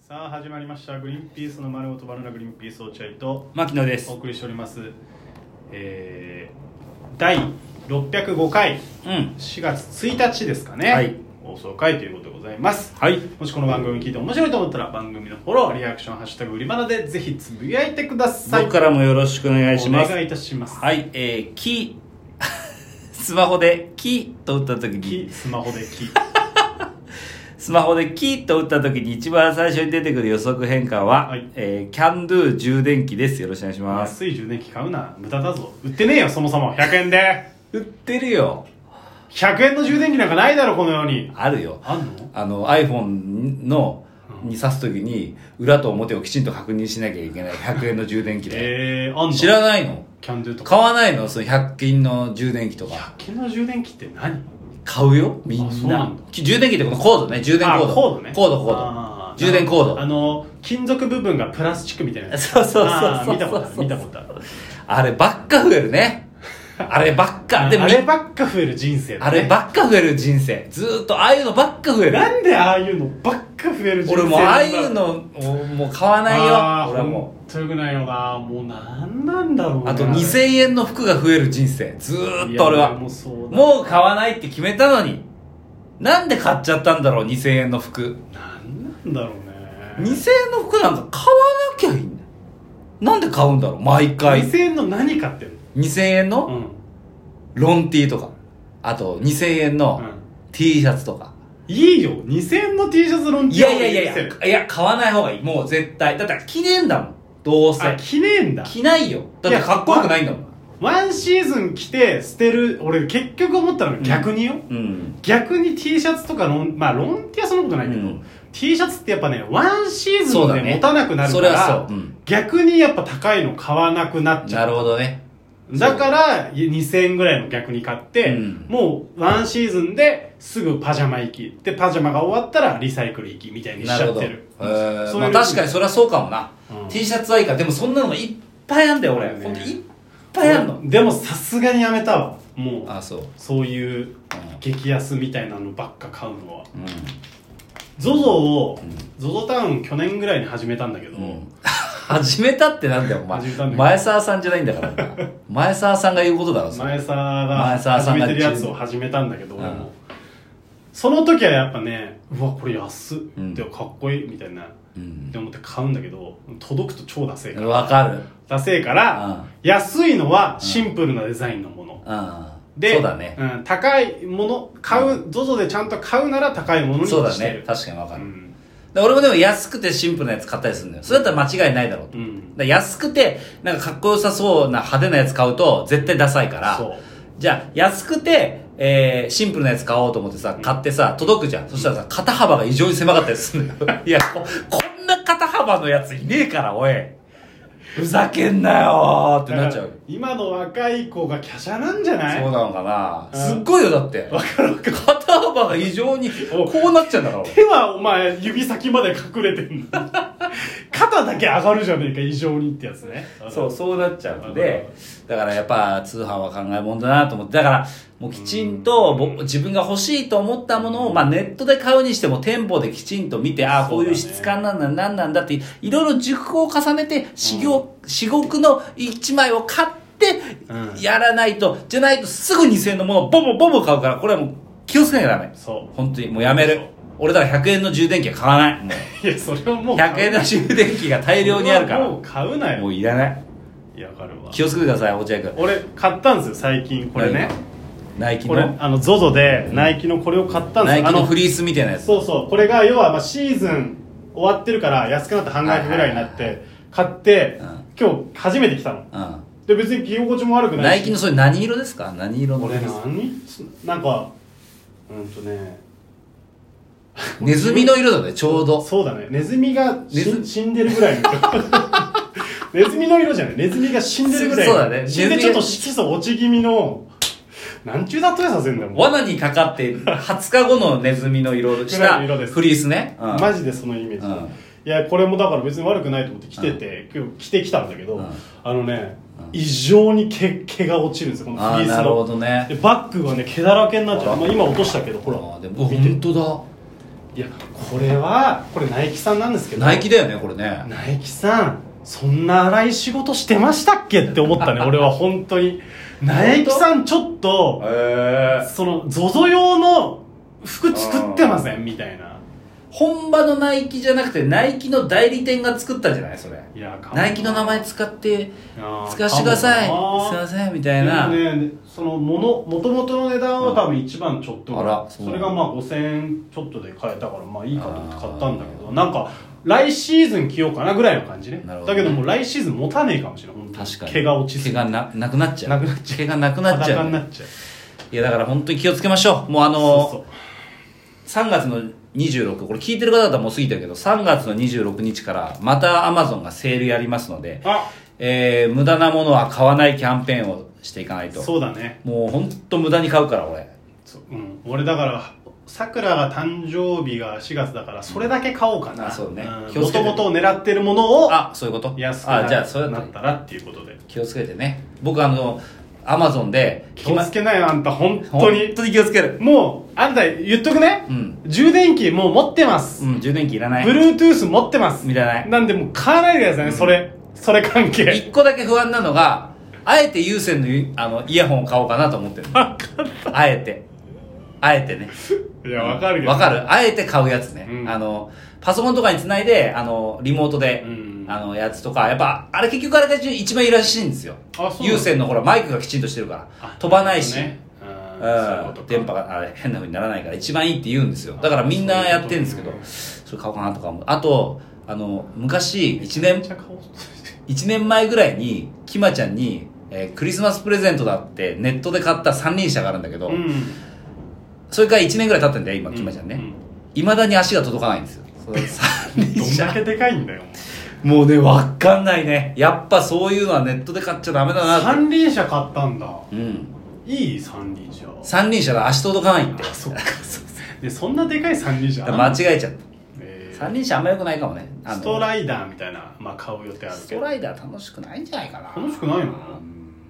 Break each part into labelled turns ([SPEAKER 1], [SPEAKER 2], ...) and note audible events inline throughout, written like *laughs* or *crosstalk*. [SPEAKER 1] さあ始まりました「グリーンピースの丸ごとバナナグリーンピース落合」と
[SPEAKER 2] 牧野です
[SPEAKER 1] お送りしておりますえー、第605回
[SPEAKER 2] うん
[SPEAKER 1] 4月1日ですかね、
[SPEAKER 2] はい
[SPEAKER 1] 放送回ということでございます
[SPEAKER 2] はい
[SPEAKER 1] もしこの番組聞いて面白いと思ったら番組のフォローリアクション「ハッシュタグ売りバナ」でぜひつぶやいてください
[SPEAKER 2] 僕からもよろしくお願いします
[SPEAKER 1] お願いいたします
[SPEAKER 2] はいえー「き」 *laughs* スマホで「き」と打った時に
[SPEAKER 1] きスマホでき
[SPEAKER 2] スマホで「き」と打った時に一番最初に出てくる予測変換は、
[SPEAKER 1] はい
[SPEAKER 2] えー、キャンドゥ充電器ですよろしくお願いします
[SPEAKER 1] 安い充電器買うな無駄だぞ売ってねえよそもそも100円で
[SPEAKER 2] 売ってるよ
[SPEAKER 1] 100円の充電器なんかないだろこの世に
[SPEAKER 2] あるよ
[SPEAKER 1] あんの
[SPEAKER 2] あの iPhone のに挿す時に裏と表をきちんと確認しなきゃいけない100円の充電器で、
[SPEAKER 1] えー、あんの
[SPEAKER 2] 知らないの
[SPEAKER 1] キャンドゥとか
[SPEAKER 2] 買わないのその100均の充電器とか
[SPEAKER 1] 100均の充電器って何
[SPEAKER 2] 買うよみん
[SPEAKER 1] あ
[SPEAKER 2] な
[SPEAKER 1] そうなんだ
[SPEAKER 2] き充電器ってこのコードね充電
[SPEAKER 1] あ
[SPEAKER 2] コード
[SPEAKER 1] コードね
[SPEAKER 2] コードコード
[SPEAKER 1] あ
[SPEAKER 2] 充電コード
[SPEAKER 1] あの金属部分がプラスチックみたいなやつ
[SPEAKER 2] そうそうそうそう
[SPEAKER 1] あー見たことある見たことある
[SPEAKER 2] あればっか増え
[SPEAKER 1] *laughs*
[SPEAKER 2] るねあればっか
[SPEAKER 1] あ
[SPEAKER 2] でも
[SPEAKER 1] あればっか増える人生だ
[SPEAKER 2] あ
[SPEAKER 1] ね
[SPEAKER 2] ればっか増える人生ずーっとああいうのばっか増える
[SPEAKER 1] なんでああいうのばっか増える人生
[SPEAKER 2] 俺
[SPEAKER 1] なんだ
[SPEAKER 2] もうああいうのをもう買わな
[SPEAKER 1] あ
[SPEAKER 2] い
[SPEAKER 1] ー
[SPEAKER 2] よ俺はも
[SPEAKER 1] ほんとよくないよなもうなんなんだろう
[SPEAKER 2] う
[SPEAKER 1] な
[SPEAKER 2] あと2000円の服が増える人生ずーっと俺
[SPEAKER 1] いや
[SPEAKER 2] は
[SPEAKER 1] もうそうだ
[SPEAKER 2] もう買わないって決めたのになんで買っちゃったんだろう2000円の服
[SPEAKER 1] なんなんだろうね
[SPEAKER 2] 2000円の服なんか買わなきゃいいんだよなんで買うんだろう毎回
[SPEAKER 1] 2000円の何買ってん
[SPEAKER 2] 2000円の、
[SPEAKER 1] のうん、うん、
[SPEAKER 2] ロン T とか、あと2000円の T シャツとか。
[SPEAKER 1] いいよ2000円の T シャツ論
[SPEAKER 2] いやいやいやいや、いや、買わない方がいい。もう絶対。だって着ねえんだもん。どう
[SPEAKER 1] あ
[SPEAKER 2] せ。
[SPEAKER 1] 着ねえんだ
[SPEAKER 2] 着ないよ。だってかっこよくないんだもん。
[SPEAKER 1] ワンシーズン着て捨てる俺結局思ったのが逆によ、
[SPEAKER 2] うん。
[SPEAKER 1] 逆に T シャツとかロンまあロンティはそんなことないけど、
[SPEAKER 2] うん
[SPEAKER 1] T シャツってやっぱねワンシーズ
[SPEAKER 2] そう
[SPEAKER 1] ン
[SPEAKER 2] だ
[SPEAKER 1] で
[SPEAKER 2] ね
[SPEAKER 1] 持たなくなる
[SPEAKER 2] そ
[SPEAKER 1] か
[SPEAKER 2] れ
[SPEAKER 1] ら、
[SPEAKER 2] はそう。うん。
[SPEAKER 1] 逆にやっぱ高いの買わなくなっち
[SPEAKER 2] な
[SPEAKER 1] ゃ
[SPEAKER 2] る
[SPEAKER 1] う
[SPEAKER 2] ほどね。
[SPEAKER 1] だから2000円ぐらいの逆に買って、
[SPEAKER 2] うん
[SPEAKER 1] もうワンシーズンですぐパジャマ行きでパジャマが終わったらリサイクル行きみたいにし
[SPEAKER 2] な
[SPEAKER 1] ち
[SPEAKER 2] る
[SPEAKER 1] ゃ
[SPEAKER 2] ほ
[SPEAKER 1] っ
[SPEAKER 2] ど。
[SPEAKER 1] て
[SPEAKER 2] え
[SPEAKER 1] る
[SPEAKER 2] ー
[SPEAKER 1] そう
[SPEAKER 2] ま
[SPEAKER 1] い
[SPEAKER 2] あ
[SPEAKER 1] う
[SPEAKER 2] 確かにそれはそうかもな
[SPEAKER 1] うん。
[SPEAKER 2] T シャツはいいから。でもそんなのがいっぱいあんだよ、俺。
[SPEAKER 1] そうだ
[SPEAKER 2] ほ
[SPEAKER 1] よ
[SPEAKER 2] ん
[SPEAKER 1] ね
[SPEAKER 2] といっぱいあんの。
[SPEAKER 1] でもさすがにやめたわもう
[SPEAKER 2] あ、そう。
[SPEAKER 1] そういう激安みたいなのばっか買うのは
[SPEAKER 2] う
[SPEAKER 1] ZOZO を
[SPEAKER 2] ん
[SPEAKER 1] ZOZO タウン去年ぐらいに始めたんだけど、
[SPEAKER 2] ん。うん。 *laughs* 始めたってなんだよ、お前
[SPEAKER 1] 始めたんだ。よ
[SPEAKER 2] 前澤さんじゃないんだからお前。前澤さんが言うことだろ、それ
[SPEAKER 1] 前澤が
[SPEAKER 2] 前澤
[SPEAKER 1] 始
[SPEAKER 2] さん
[SPEAKER 1] め
[SPEAKER 2] が
[SPEAKER 1] てるやつを始めたんだけど、
[SPEAKER 2] うん
[SPEAKER 1] 俺もその時はやっぱねうわこれ安っ、
[SPEAKER 2] うん
[SPEAKER 1] でもかっこいいみたいな
[SPEAKER 2] うん
[SPEAKER 1] って思って買うんだけど届くと超ダセえから
[SPEAKER 2] わかる。
[SPEAKER 1] ダセえから、
[SPEAKER 2] うん
[SPEAKER 1] 安いのはシンプルなデザインのもの、
[SPEAKER 2] うん。
[SPEAKER 1] で
[SPEAKER 2] そうだね。
[SPEAKER 1] ん高いもの買う ZOZO でちゃんと買うなら高いものにして
[SPEAKER 2] そ
[SPEAKER 1] る
[SPEAKER 2] うだね。確かにわか
[SPEAKER 1] う
[SPEAKER 2] る。
[SPEAKER 1] ん
[SPEAKER 2] で俺もでも安くてシンプルなやつ買ったりするんだよ。それだったら間違いないだろうと。
[SPEAKER 1] う
[SPEAKER 2] だか
[SPEAKER 1] ん
[SPEAKER 2] ら安くて、なんかかっこよさそうな派手なやつ買うと、絶対ダサいから。
[SPEAKER 1] そう
[SPEAKER 2] じゃあ、安くて、えー、シンプルなやつ買おうと思ってさ、買ってさ、届くじゃん。そしたらさ、肩幅が異常に狭かったりする
[SPEAKER 1] *laughs*
[SPEAKER 2] んだよ。いやこ、こんな肩幅のやついねえから、おい。ふざけんなよーってなっちゃう
[SPEAKER 1] だか。ら今の若い子が華奢なんじゃない
[SPEAKER 2] そうなのかな、
[SPEAKER 1] うん
[SPEAKER 2] すっごいよ、だって。
[SPEAKER 1] わかるわかる
[SPEAKER 2] 肩幅が異常に、
[SPEAKER 1] お
[SPEAKER 2] こうなっちゃうんだから。
[SPEAKER 1] 手はお前指先まで隠れて
[SPEAKER 2] *laughs*
[SPEAKER 1] んの肩だけ上がるじゃねえか異常にってやつね
[SPEAKER 2] そう、そうなっちゃうので
[SPEAKER 1] う、
[SPEAKER 2] だからやっぱ通販は考えもんだなと思って、だからもうきちんと僕自分が欲しいと思ったものを、まあネットで買うにしても店舗できちんと見て、ああ、
[SPEAKER 1] そ
[SPEAKER 2] こ
[SPEAKER 1] う
[SPEAKER 2] う
[SPEAKER 1] だね
[SPEAKER 2] いう質感なんだ、なんなんだって、いろいろ熟を重ねて、至極、至極の一枚を買って
[SPEAKER 1] うん、
[SPEAKER 2] やらないと、じゃないとすぐ2000円のものをボボボボ買うから、これはもう気をつけなきゃダメ。
[SPEAKER 1] そ
[SPEAKER 2] 本当に、もうやめる。俺だから100円の充電器は買わない。もう
[SPEAKER 1] ういやそれはもう
[SPEAKER 2] 100円の充電器が大量にあるか
[SPEAKER 1] それはも
[SPEAKER 2] ら
[SPEAKER 1] う。買うなよ
[SPEAKER 2] もういらない。
[SPEAKER 1] いやわかるわ
[SPEAKER 2] 気をつけてください、落合君。
[SPEAKER 1] 俺買ったんですよ最近これね
[SPEAKER 2] ナイキ
[SPEAKER 1] これ
[SPEAKER 2] の
[SPEAKER 1] あの ZOZO でナイキのこれを買ったんです
[SPEAKER 2] ナイ
[SPEAKER 1] よ
[SPEAKER 2] キ
[SPEAKER 1] あ
[SPEAKER 2] の
[SPEAKER 1] の
[SPEAKER 2] フリースみたいなやつ
[SPEAKER 1] そうそうこれが要はまあシーズン終わってるから安くなって半額ぐらいになっ
[SPEAKER 2] はい
[SPEAKER 1] て買って
[SPEAKER 2] うん
[SPEAKER 1] 今日初めて来たの
[SPEAKER 2] う
[SPEAKER 1] で別に着心地も悪く
[SPEAKER 2] ん
[SPEAKER 1] な
[SPEAKER 2] ナ
[SPEAKER 1] い
[SPEAKER 2] イ
[SPEAKER 1] し
[SPEAKER 2] キのそれ何色ですか何色の
[SPEAKER 1] 俺
[SPEAKER 2] フリース
[SPEAKER 1] 何なんかうんとね
[SPEAKER 2] ネズミの色だねちょうど
[SPEAKER 1] そうだねネズミが
[SPEAKER 2] ネズ
[SPEAKER 1] 死死んでるぐらいの *laughs* ネズミの色じゃないネズミが死んでるぐらい
[SPEAKER 2] そうだね
[SPEAKER 1] 死んで
[SPEAKER 2] ネズミが
[SPEAKER 1] ちょっと色素落ち気味のなんちゅう例えさせんだよもう
[SPEAKER 2] 罠にかかって20日後のネズミの色し
[SPEAKER 1] ぐらい
[SPEAKER 2] た
[SPEAKER 1] の色です
[SPEAKER 2] フリースねうん
[SPEAKER 1] マジでそのイメージ、
[SPEAKER 2] うん
[SPEAKER 1] いやこれもだから別に悪くないと思って着てて、今日着てきたんだけど、
[SPEAKER 2] うん
[SPEAKER 1] あのね、異常に毛毛が落ちるんですよこの
[SPEAKER 2] あ
[SPEAKER 1] フ
[SPEAKER 2] あ
[SPEAKER 1] リース
[SPEAKER 2] なるほ
[SPEAKER 1] の
[SPEAKER 2] どね
[SPEAKER 1] でバッグがね毛だらけになっちゃう、まあ、今落としたけどほら
[SPEAKER 2] あーでもうわ
[SPEAKER 1] 見て
[SPEAKER 2] 本当だ
[SPEAKER 1] いやこれはこれナイキさんなんですけど
[SPEAKER 2] ナイキだよねこれね
[SPEAKER 1] ナイキさんそんな荒い仕事してましたっけって思
[SPEAKER 2] *laughs*
[SPEAKER 1] ったね俺は本当にナイキさんちょっと
[SPEAKER 2] え
[SPEAKER 1] その ZOZO 用の服作ってませんみたいな
[SPEAKER 2] 本場のナイキじゃなくてナイキの代理店が作ったんじゃないそれ
[SPEAKER 1] いやかも
[SPEAKER 2] ナイキの名前使って
[SPEAKER 1] あー
[SPEAKER 2] 使わせてくださいすい
[SPEAKER 1] かもな
[SPEAKER 2] ませんみたいな、
[SPEAKER 1] でもねそのもの元々の値段は多分一番ちょっとぐらい
[SPEAKER 2] あらそう
[SPEAKER 1] それがまあ5000円ちょっとで買えたからまあいいかと思って買ったんだけどなんか来シーズン着ようかなぐらいの感じね
[SPEAKER 2] なるほど
[SPEAKER 1] だけどもう来シーズン持たねえかもしれない本当
[SPEAKER 2] 確かに
[SPEAKER 1] 毛が落ちす
[SPEAKER 2] 毛
[SPEAKER 1] ぎ
[SPEAKER 2] がななくなっちゃう
[SPEAKER 1] なくなっちゃう
[SPEAKER 2] 毛がなくなっちゃ
[SPEAKER 1] 裸
[SPEAKER 2] う、
[SPEAKER 1] になっちゃう
[SPEAKER 2] いやだから本当に気をつけましょうもうあの
[SPEAKER 1] そう
[SPEAKER 2] 3月の26これ聞いてる方だったらもう過ぎてるけど3月の26日からまたアマゾンがセールやりますので
[SPEAKER 1] そう、あ
[SPEAKER 2] えー無駄なものは買わないキャンペーンをしていかないと
[SPEAKER 1] そうだね
[SPEAKER 2] もう本当無駄に買うから俺
[SPEAKER 1] そう、うん、俺だからさくらが誕生日が4月だからそれだけ買おうかな、
[SPEAKER 2] あそうね気を
[SPEAKER 1] も
[SPEAKER 2] つけ
[SPEAKER 1] と
[SPEAKER 2] て
[SPEAKER 1] もと狙ってるものを
[SPEAKER 2] あそういうこと
[SPEAKER 1] 安く
[SPEAKER 2] あじゃあそうや
[SPEAKER 1] な
[SPEAKER 2] っ
[SPEAKER 1] ってたらっていうことで
[SPEAKER 2] 気をつけてね僕あのアマゾンで
[SPEAKER 1] 気をつけないよあんた本当に
[SPEAKER 2] 本当に気をつける
[SPEAKER 1] もうあんた言っとくね、
[SPEAKER 2] うん
[SPEAKER 1] 充電器もう持ってます、
[SPEAKER 2] うん充電器いらない
[SPEAKER 1] Bluetooth 持ってます
[SPEAKER 2] いらない
[SPEAKER 1] なんでもう買わないでくださいね、それそれ関係
[SPEAKER 2] 一個だけ不安なのが、あえて有線のイあのイヤホンを買おうかなと思ってる。あえて。あえてね。
[SPEAKER 1] いやわかるけど
[SPEAKER 2] わかる。あえて買うやつね。
[SPEAKER 1] うん
[SPEAKER 2] あの、パソコンとかにつないで、あの、リモートで、
[SPEAKER 1] うん
[SPEAKER 2] あの、やつとか、やっぱ、あれ結局あれが一番いいらしいんですよ
[SPEAKER 1] あそう。なの
[SPEAKER 2] 有線のほら、マイクがきちんとしてるか
[SPEAKER 1] あ
[SPEAKER 2] ら、飛ばないし。
[SPEAKER 1] ねうん
[SPEAKER 2] うん
[SPEAKER 1] そういうことか
[SPEAKER 2] 電波があれ変な風にならないから一番いいって言うんですよだからみんなやってるんですけどそれ買おうかなとか思うあとあの昔1
[SPEAKER 1] め
[SPEAKER 2] 年
[SPEAKER 1] っちゃ買おうとしてる
[SPEAKER 2] 1年前ぐらいにきまちゃんに、えークリスマスプレゼントだってネットで買った三輪車があるんだけど、
[SPEAKER 1] うん
[SPEAKER 2] それから1年ぐらい経ってんだよ今きまちゃん
[SPEAKER 1] う
[SPEAKER 2] ねいま、未だに足が届かないんですよその三輪
[SPEAKER 1] どんだ
[SPEAKER 2] 車
[SPEAKER 1] けでかいんだよ
[SPEAKER 2] もうねわかんないねやっぱそういうのはネットで買っちゃダメだ *laughs* なって
[SPEAKER 1] 三輪車買ったんだ
[SPEAKER 2] うん
[SPEAKER 1] いい三輪車
[SPEAKER 2] 三輪車だ足届かないって
[SPEAKER 1] あそっかでそんなでかい三輪車あんの
[SPEAKER 2] 間違えちゃった
[SPEAKER 1] えー
[SPEAKER 2] 三輪車あんま良くないかもねあの
[SPEAKER 1] ストライダーみたいな、まあ、買う予定ある
[SPEAKER 2] ス
[SPEAKER 1] け
[SPEAKER 2] ト
[SPEAKER 1] ど
[SPEAKER 2] ライダー楽しくないんじゃないかな
[SPEAKER 1] 楽しくないの
[SPEAKER 2] うん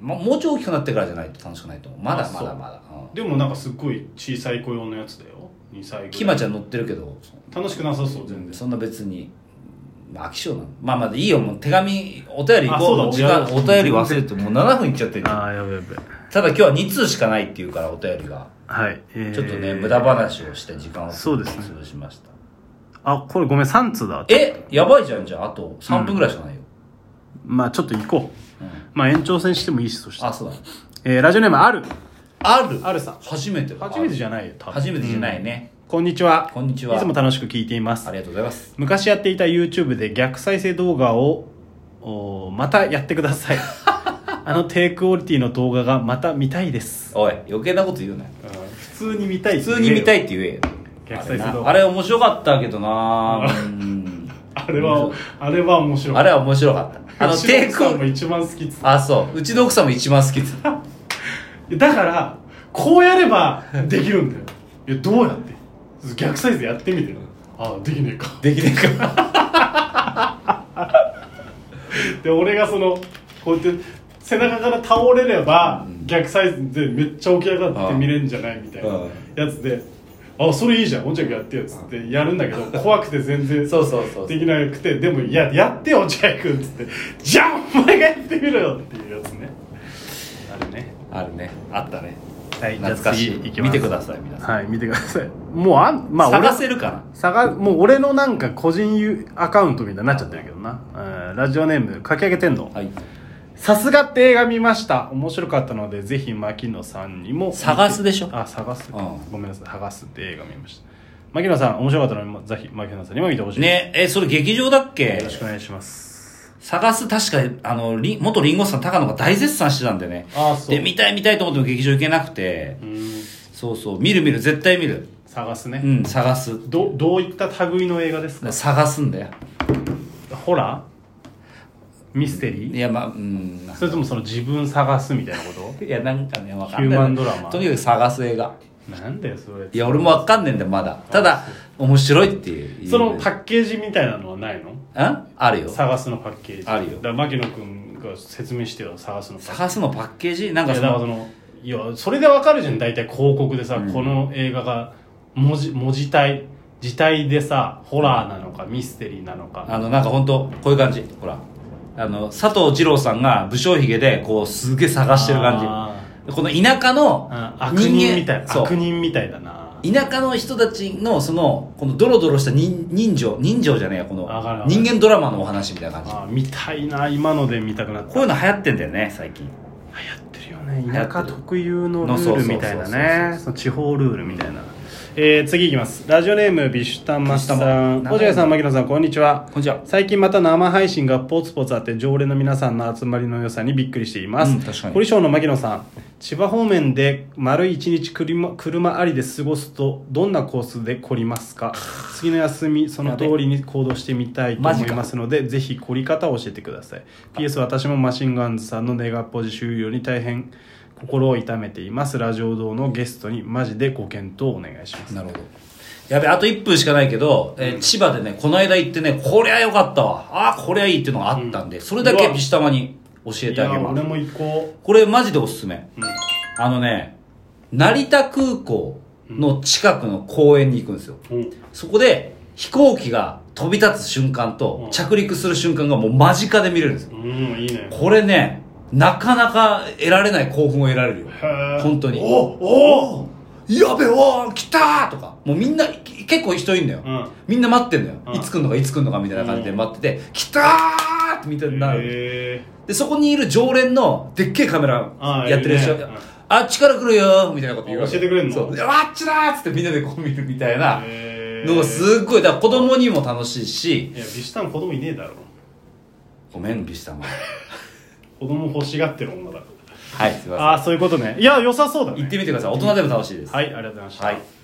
[SPEAKER 2] まもうちょい大きくなってからじゃないと楽しくないと思うまだ
[SPEAKER 1] あ
[SPEAKER 2] ま
[SPEAKER 1] そう
[SPEAKER 2] だまだ、うん
[SPEAKER 1] でもなんかすっごい小さい子用のやつだよ2歳ぐらい
[SPEAKER 2] きまちゃん乗ってるけど
[SPEAKER 1] 楽しくなさそう全然
[SPEAKER 2] そんな別に、まあ、飽き性なのまあまあいいよもう手紙お便り行
[SPEAKER 1] あそ
[SPEAKER 2] こ
[SPEAKER 1] う
[SPEAKER 2] う
[SPEAKER 1] だ
[SPEAKER 2] もう時間
[SPEAKER 1] お便
[SPEAKER 2] お
[SPEAKER 1] り
[SPEAKER 2] 便り忘れてもう7分いっちゃってる
[SPEAKER 1] あやべやべ
[SPEAKER 2] ただ今日は2通しかないっていうからお便りが
[SPEAKER 1] はい、
[SPEAKER 2] ちょっとね、無駄話をして時間を
[SPEAKER 1] そうですね
[SPEAKER 2] 潰しました
[SPEAKER 1] あこれごめん3通だ
[SPEAKER 2] えやばいじゃんじゃああと3分ぐらいしかないよ、
[SPEAKER 1] まあちょっと行こう、
[SPEAKER 2] うん
[SPEAKER 1] まあ延長戦してもいいしそし
[SPEAKER 2] あそうだ
[SPEAKER 1] えラジオネームある
[SPEAKER 2] ある
[SPEAKER 1] あるさん
[SPEAKER 2] 初めて
[SPEAKER 1] 初めてじ
[SPEAKER 2] ゃ
[SPEAKER 1] ゃないよ多分
[SPEAKER 2] 初めてじゃないね、
[SPEAKER 1] こんにちは
[SPEAKER 2] こんにちはい
[SPEAKER 1] つも楽しく聞いています
[SPEAKER 2] ありがとうございます
[SPEAKER 1] 昔やっていた YouTube で逆再生動画をおーまたやってくだ *laughs* さいあの低クオリティの動画がまた見たいです
[SPEAKER 2] おい余計なこと言うなよ
[SPEAKER 1] 普通に見たい
[SPEAKER 2] 普通に見た
[SPEAKER 1] い
[SPEAKER 2] いって言えよ
[SPEAKER 1] 逆
[SPEAKER 2] あ
[SPEAKER 1] 再
[SPEAKER 2] れ
[SPEAKER 1] 生動
[SPEAKER 2] な
[SPEAKER 1] 画
[SPEAKER 2] あれ面白かったけどな
[SPEAKER 1] *laughs*
[SPEAKER 2] うん
[SPEAKER 1] あれはあれは面白い
[SPEAKER 2] あれは面白かった。あの、
[SPEAKER 1] テ
[SPEAKER 2] テ
[SPEAKER 1] イ
[SPEAKER 2] イ
[SPEAKER 1] ク
[SPEAKER 2] ク
[SPEAKER 1] さん
[SPEAKER 2] オ
[SPEAKER 1] も
[SPEAKER 2] ン。
[SPEAKER 1] 一番好きっつっ
[SPEAKER 2] あ、そう。うちの奥さんも一番好きって
[SPEAKER 1] *laughs*
[SPEAKER 2] 言って
[SPEAKER 1] てだからこうやればできるんだよいやどうやって逆再生やってみてああできねえか
[SPEAKER 2] た。できねえか。
[SPEAKER 1] で俺がそのこうやって背中から倒れれば、逆サイズでめっちゃ起き上がって見れんじゃないみたいな
[SPEAKER 2] うん
[SPEAKER 1] やつで「あそれいいじゃんおんちゃんやってよ」っつってやるんだ
[SPEAKER 2] *laughs*
[SPEAKER 1] けど怖くて全然
[SPEAKER 2] そうそうそう
[SPEAKER 1] できなくてでも「いややってよおんちゃんくん」っつって *laughs* 「じゃあお前がやってみろよ」っていうやつねあるね
[SPEAKER 2] あるね。あったね。
[SPEAKER 1] はい
[SPEAKER 2] 懐かしい。見てください、皆さん。
[SPEAKER 1] はい見てくださいもうあま
[SPEAKER 2] 探せるかな
[SPEAKER 1] 探もう俺のなんか個人ユアカウントみたいになっちゃってるけどな、うんラジオネームかき上げ天童
[SPEAKER 2] はい。
[SPEAKER 1] さすがって映画見ました面白かったのでぜひ牧野さんにも見て
[SPEAKER 2] 探すでしょ
[SPEAKER 1] あ探す、
[SPEAKER 2] うん
[SPEAKER 1] ごめんなさい探すって映画見ました牧野さん面白かったのでぜひ牧野さんにも見てほしいで
[SPEAKER 2] ねえ、それ劇場だっ
[SPEAKER 1] すよ
[SPEAKER 2] け
[SPEAKER 1] ろしくお願いします
[SPEAKER 2] 探す、確か、あの、り元リンゴさん、高野が大絶賛してたんでね。
[SPEAKER 1] あそう
[SPEAKER 2] で、見たい見たいと思っても劇場行けなくて。
[SPEAKER 1] うん
[SPEAKER 2] そうそう。見る見る、絶対見る。
[SPEAKER 1] 探す
[SPEAKER 2] う
[SPEAKER 1] ね、
[SPEAKER 2] ん、探す。
[SPEAKER 1] どどういった類の映画ですか
[SPEAKER 2] 探すんだよ。
[SPEAKER 1] ホラーミステリー、
[SPEAKER 2] いや、まあ、うん。
[SPEAKER 1] それともその自分探すみたいなこ
[SPEAKER 2] いや、なんかね、わかんない。
[SPEAKER 1] ヒューマンドラマ
[SPEAKER 2] とにかく探す映画。
[SPEAKER 1] となんだよそれ
[SPEAKER 2] いや、俺もわかんねえんだよ、まだ。ただ、面白いっていう。
[SPEAKER 1] そのパッケージみたいなのはないの
[SPEAKER 2] んあるよ。
[SPEAKER 1] 探すのパッケージ
[SPEAKER 2] あるよ
[SPEAKER 1] だから牧野君が説明してよ探すのパッケージ
[SPEAKER 2] 探すのパッケージなんか
[SPEAKER 1] いや
[SPEAKER 2] そ
[SPEAKER 1] だから
[SPEAKER 2] の、
[SPEAKER 1] そのいやそれでわかるじゃん大体広告でさ、この映画が文字文字体自体でさホラーなのかミステリーなのか
[SPEAKER 2] あのなんか本当こういう感じほらあの佐藤二朗さんが武将髭でこうすげえ探してる感
[SPEAKER 1] あ
[SPEAKER 2] じこの田舎の
[SPEAKER 1] ーうん悪
[SPEAKER 2] 人間
[SPEAKER 1] 人みたい
[SPEAKER 2] そう
[SPEAKER 1] 悪人みたいだな
[SPEAKER 2] 田舎の人たちのそのこのドロドロした人人情人情じゃねえやこの
[SPEAKER 1] わかるわかる
[SPEAKER 2] 人間ドラマのお話みたいな感じ
[SPEAKER 1] あー見たいな今ので見たくなった
[SPEAKER 2] こういうの流行ってんだよね最近
[SPEAKER 1] 流行ってるよね
[SPEAKER 2] 流行ってる
[SPEAKER 1] 田舎特有のル
[SPEAKER 2] のそ
[SPEAKER 1] ー
[SPEAKER 2] うそう
[SPEAKER 1] ル
[SPEAKER 2] そう
[SPEAKER 1] みたいな
[SPEAKER 2] そうそう
[SPEAKER 1] ね
[SPEAKER 2] そう
[SPEAKER 1] その地方ルールみたいな、えー、次いきますラジオネームビシュタンマスさ
[SPEAKER 2] ビシュタン
[SPEAKER 1] ん
[SPEAKER 2] マ
[SPEAKER 1] 落合さん牧野さんこんにちは
[SPEAKER 2] こんにちは
[SPEAKER 1] 最近また生配信がポツポツあって常連の皆さんの集まりの良さにびっくりしています、
[SPEAKER 2] うん確かに
[SPEAKER 1] 堀翔の牧野さん千葉方面で丸一日車車ありで過ごすとどんなコースで凝ります
[SPEAKER 2] *sighs*
[SPEAKER 1] か次の休みその通りに行動してみたいと
[SPEAKER 2] マジ
[SPEAKER 1] 思い
[SPEAKER 2] か
[SPEAKER 1] ますのでぜひ凝り方を教えてください PS 私もマシンガンズさんのネガポジ終了に大変心を痛めていますラジオ堂のゲストにマジでご検討お願いします
[SPEAKER 2] なるほどやべあと1分しかないけど、えー千葉でねこの間行ってねこりゃよかったわああこりゃいいっていうのがあったんで、それだ
[SPEAKER 1] う
[SPEAKER 2] け
[SPEAKER 1] わ
[SPEAKER 2] ビシタマに教え
[SPEAKER 1] い
[SPEAKER 2] てあげ
[SPEAKER 1] や
[SPEAKER 2] ま
[SPEAKER 1] 俺
[SPEAKER 2] す
[SPEAKER 1] も行こ
[SPEAKER 2] これマジでおすすめ
[SPEAKER 1] う、うん
[SPEAKER 2] あのね成田空港の近くの公園に行くんですよ
[SPEAKER 1] うん
[SPEAKER 2] そこで飛行機が飛び立つ瞬間と
[SPEAKER 1] うん
[SPEAKER 2] 着陸する瞬間がもう間近で見れるんですよ
[SPEAKER 1] うん、いいね
[SPEAKER 2] これねなかなか得られない興奮を得られるよ本当に
[SPEAKER 1] お
[SPEAKER 2] おおやべおー来たーとかもうみんなき結構人いんだよ、
[SPEAKER 1] うん
[SPEAKER 2] みんな待ってんのよ、
[SPEAKER 1] うん
[SPEAKER 2] いつ来んのかいつ来んのかみたいな感じで待ってて、来たーってみたいになる、
[SPEAKER 1] へ
[SPEAKER 2] でそこにいる常連のでっけえカメラ
[SPEAKER 1] あー
[SPEAKER 2] やってるでしょ
[SPEAKER 1] いるねうん
[SPEAKER 2] あっちから来るよーみたいなこと言うわけ
[SPEAKER 1] 教えてくれんの
[SPEAKER 2] そうであっちだーっつってみんなでこう見るみたいな
[SPEAKER 1] え
[SPEAKER 2] のがすっごいだから子供にも楽しいし
[SPEAKER 1] いやビシタン子供いねえだろ
[SPEAKER 2] ごめんビシタマ
[SPEAKER 1] 子供欲しがってる女だ
[SPEAKER 2] はいすいま
[SPEAKER 1] ああそういうことねいや良さそうだ
[SPEAKER 2] せん行っ
[SPEAKER 1] ね
[SPEAKER 2] てみてください大人でも楽しいです
[SPEAKER 1] はいありがとうございました、
[SPEAKER 2] はい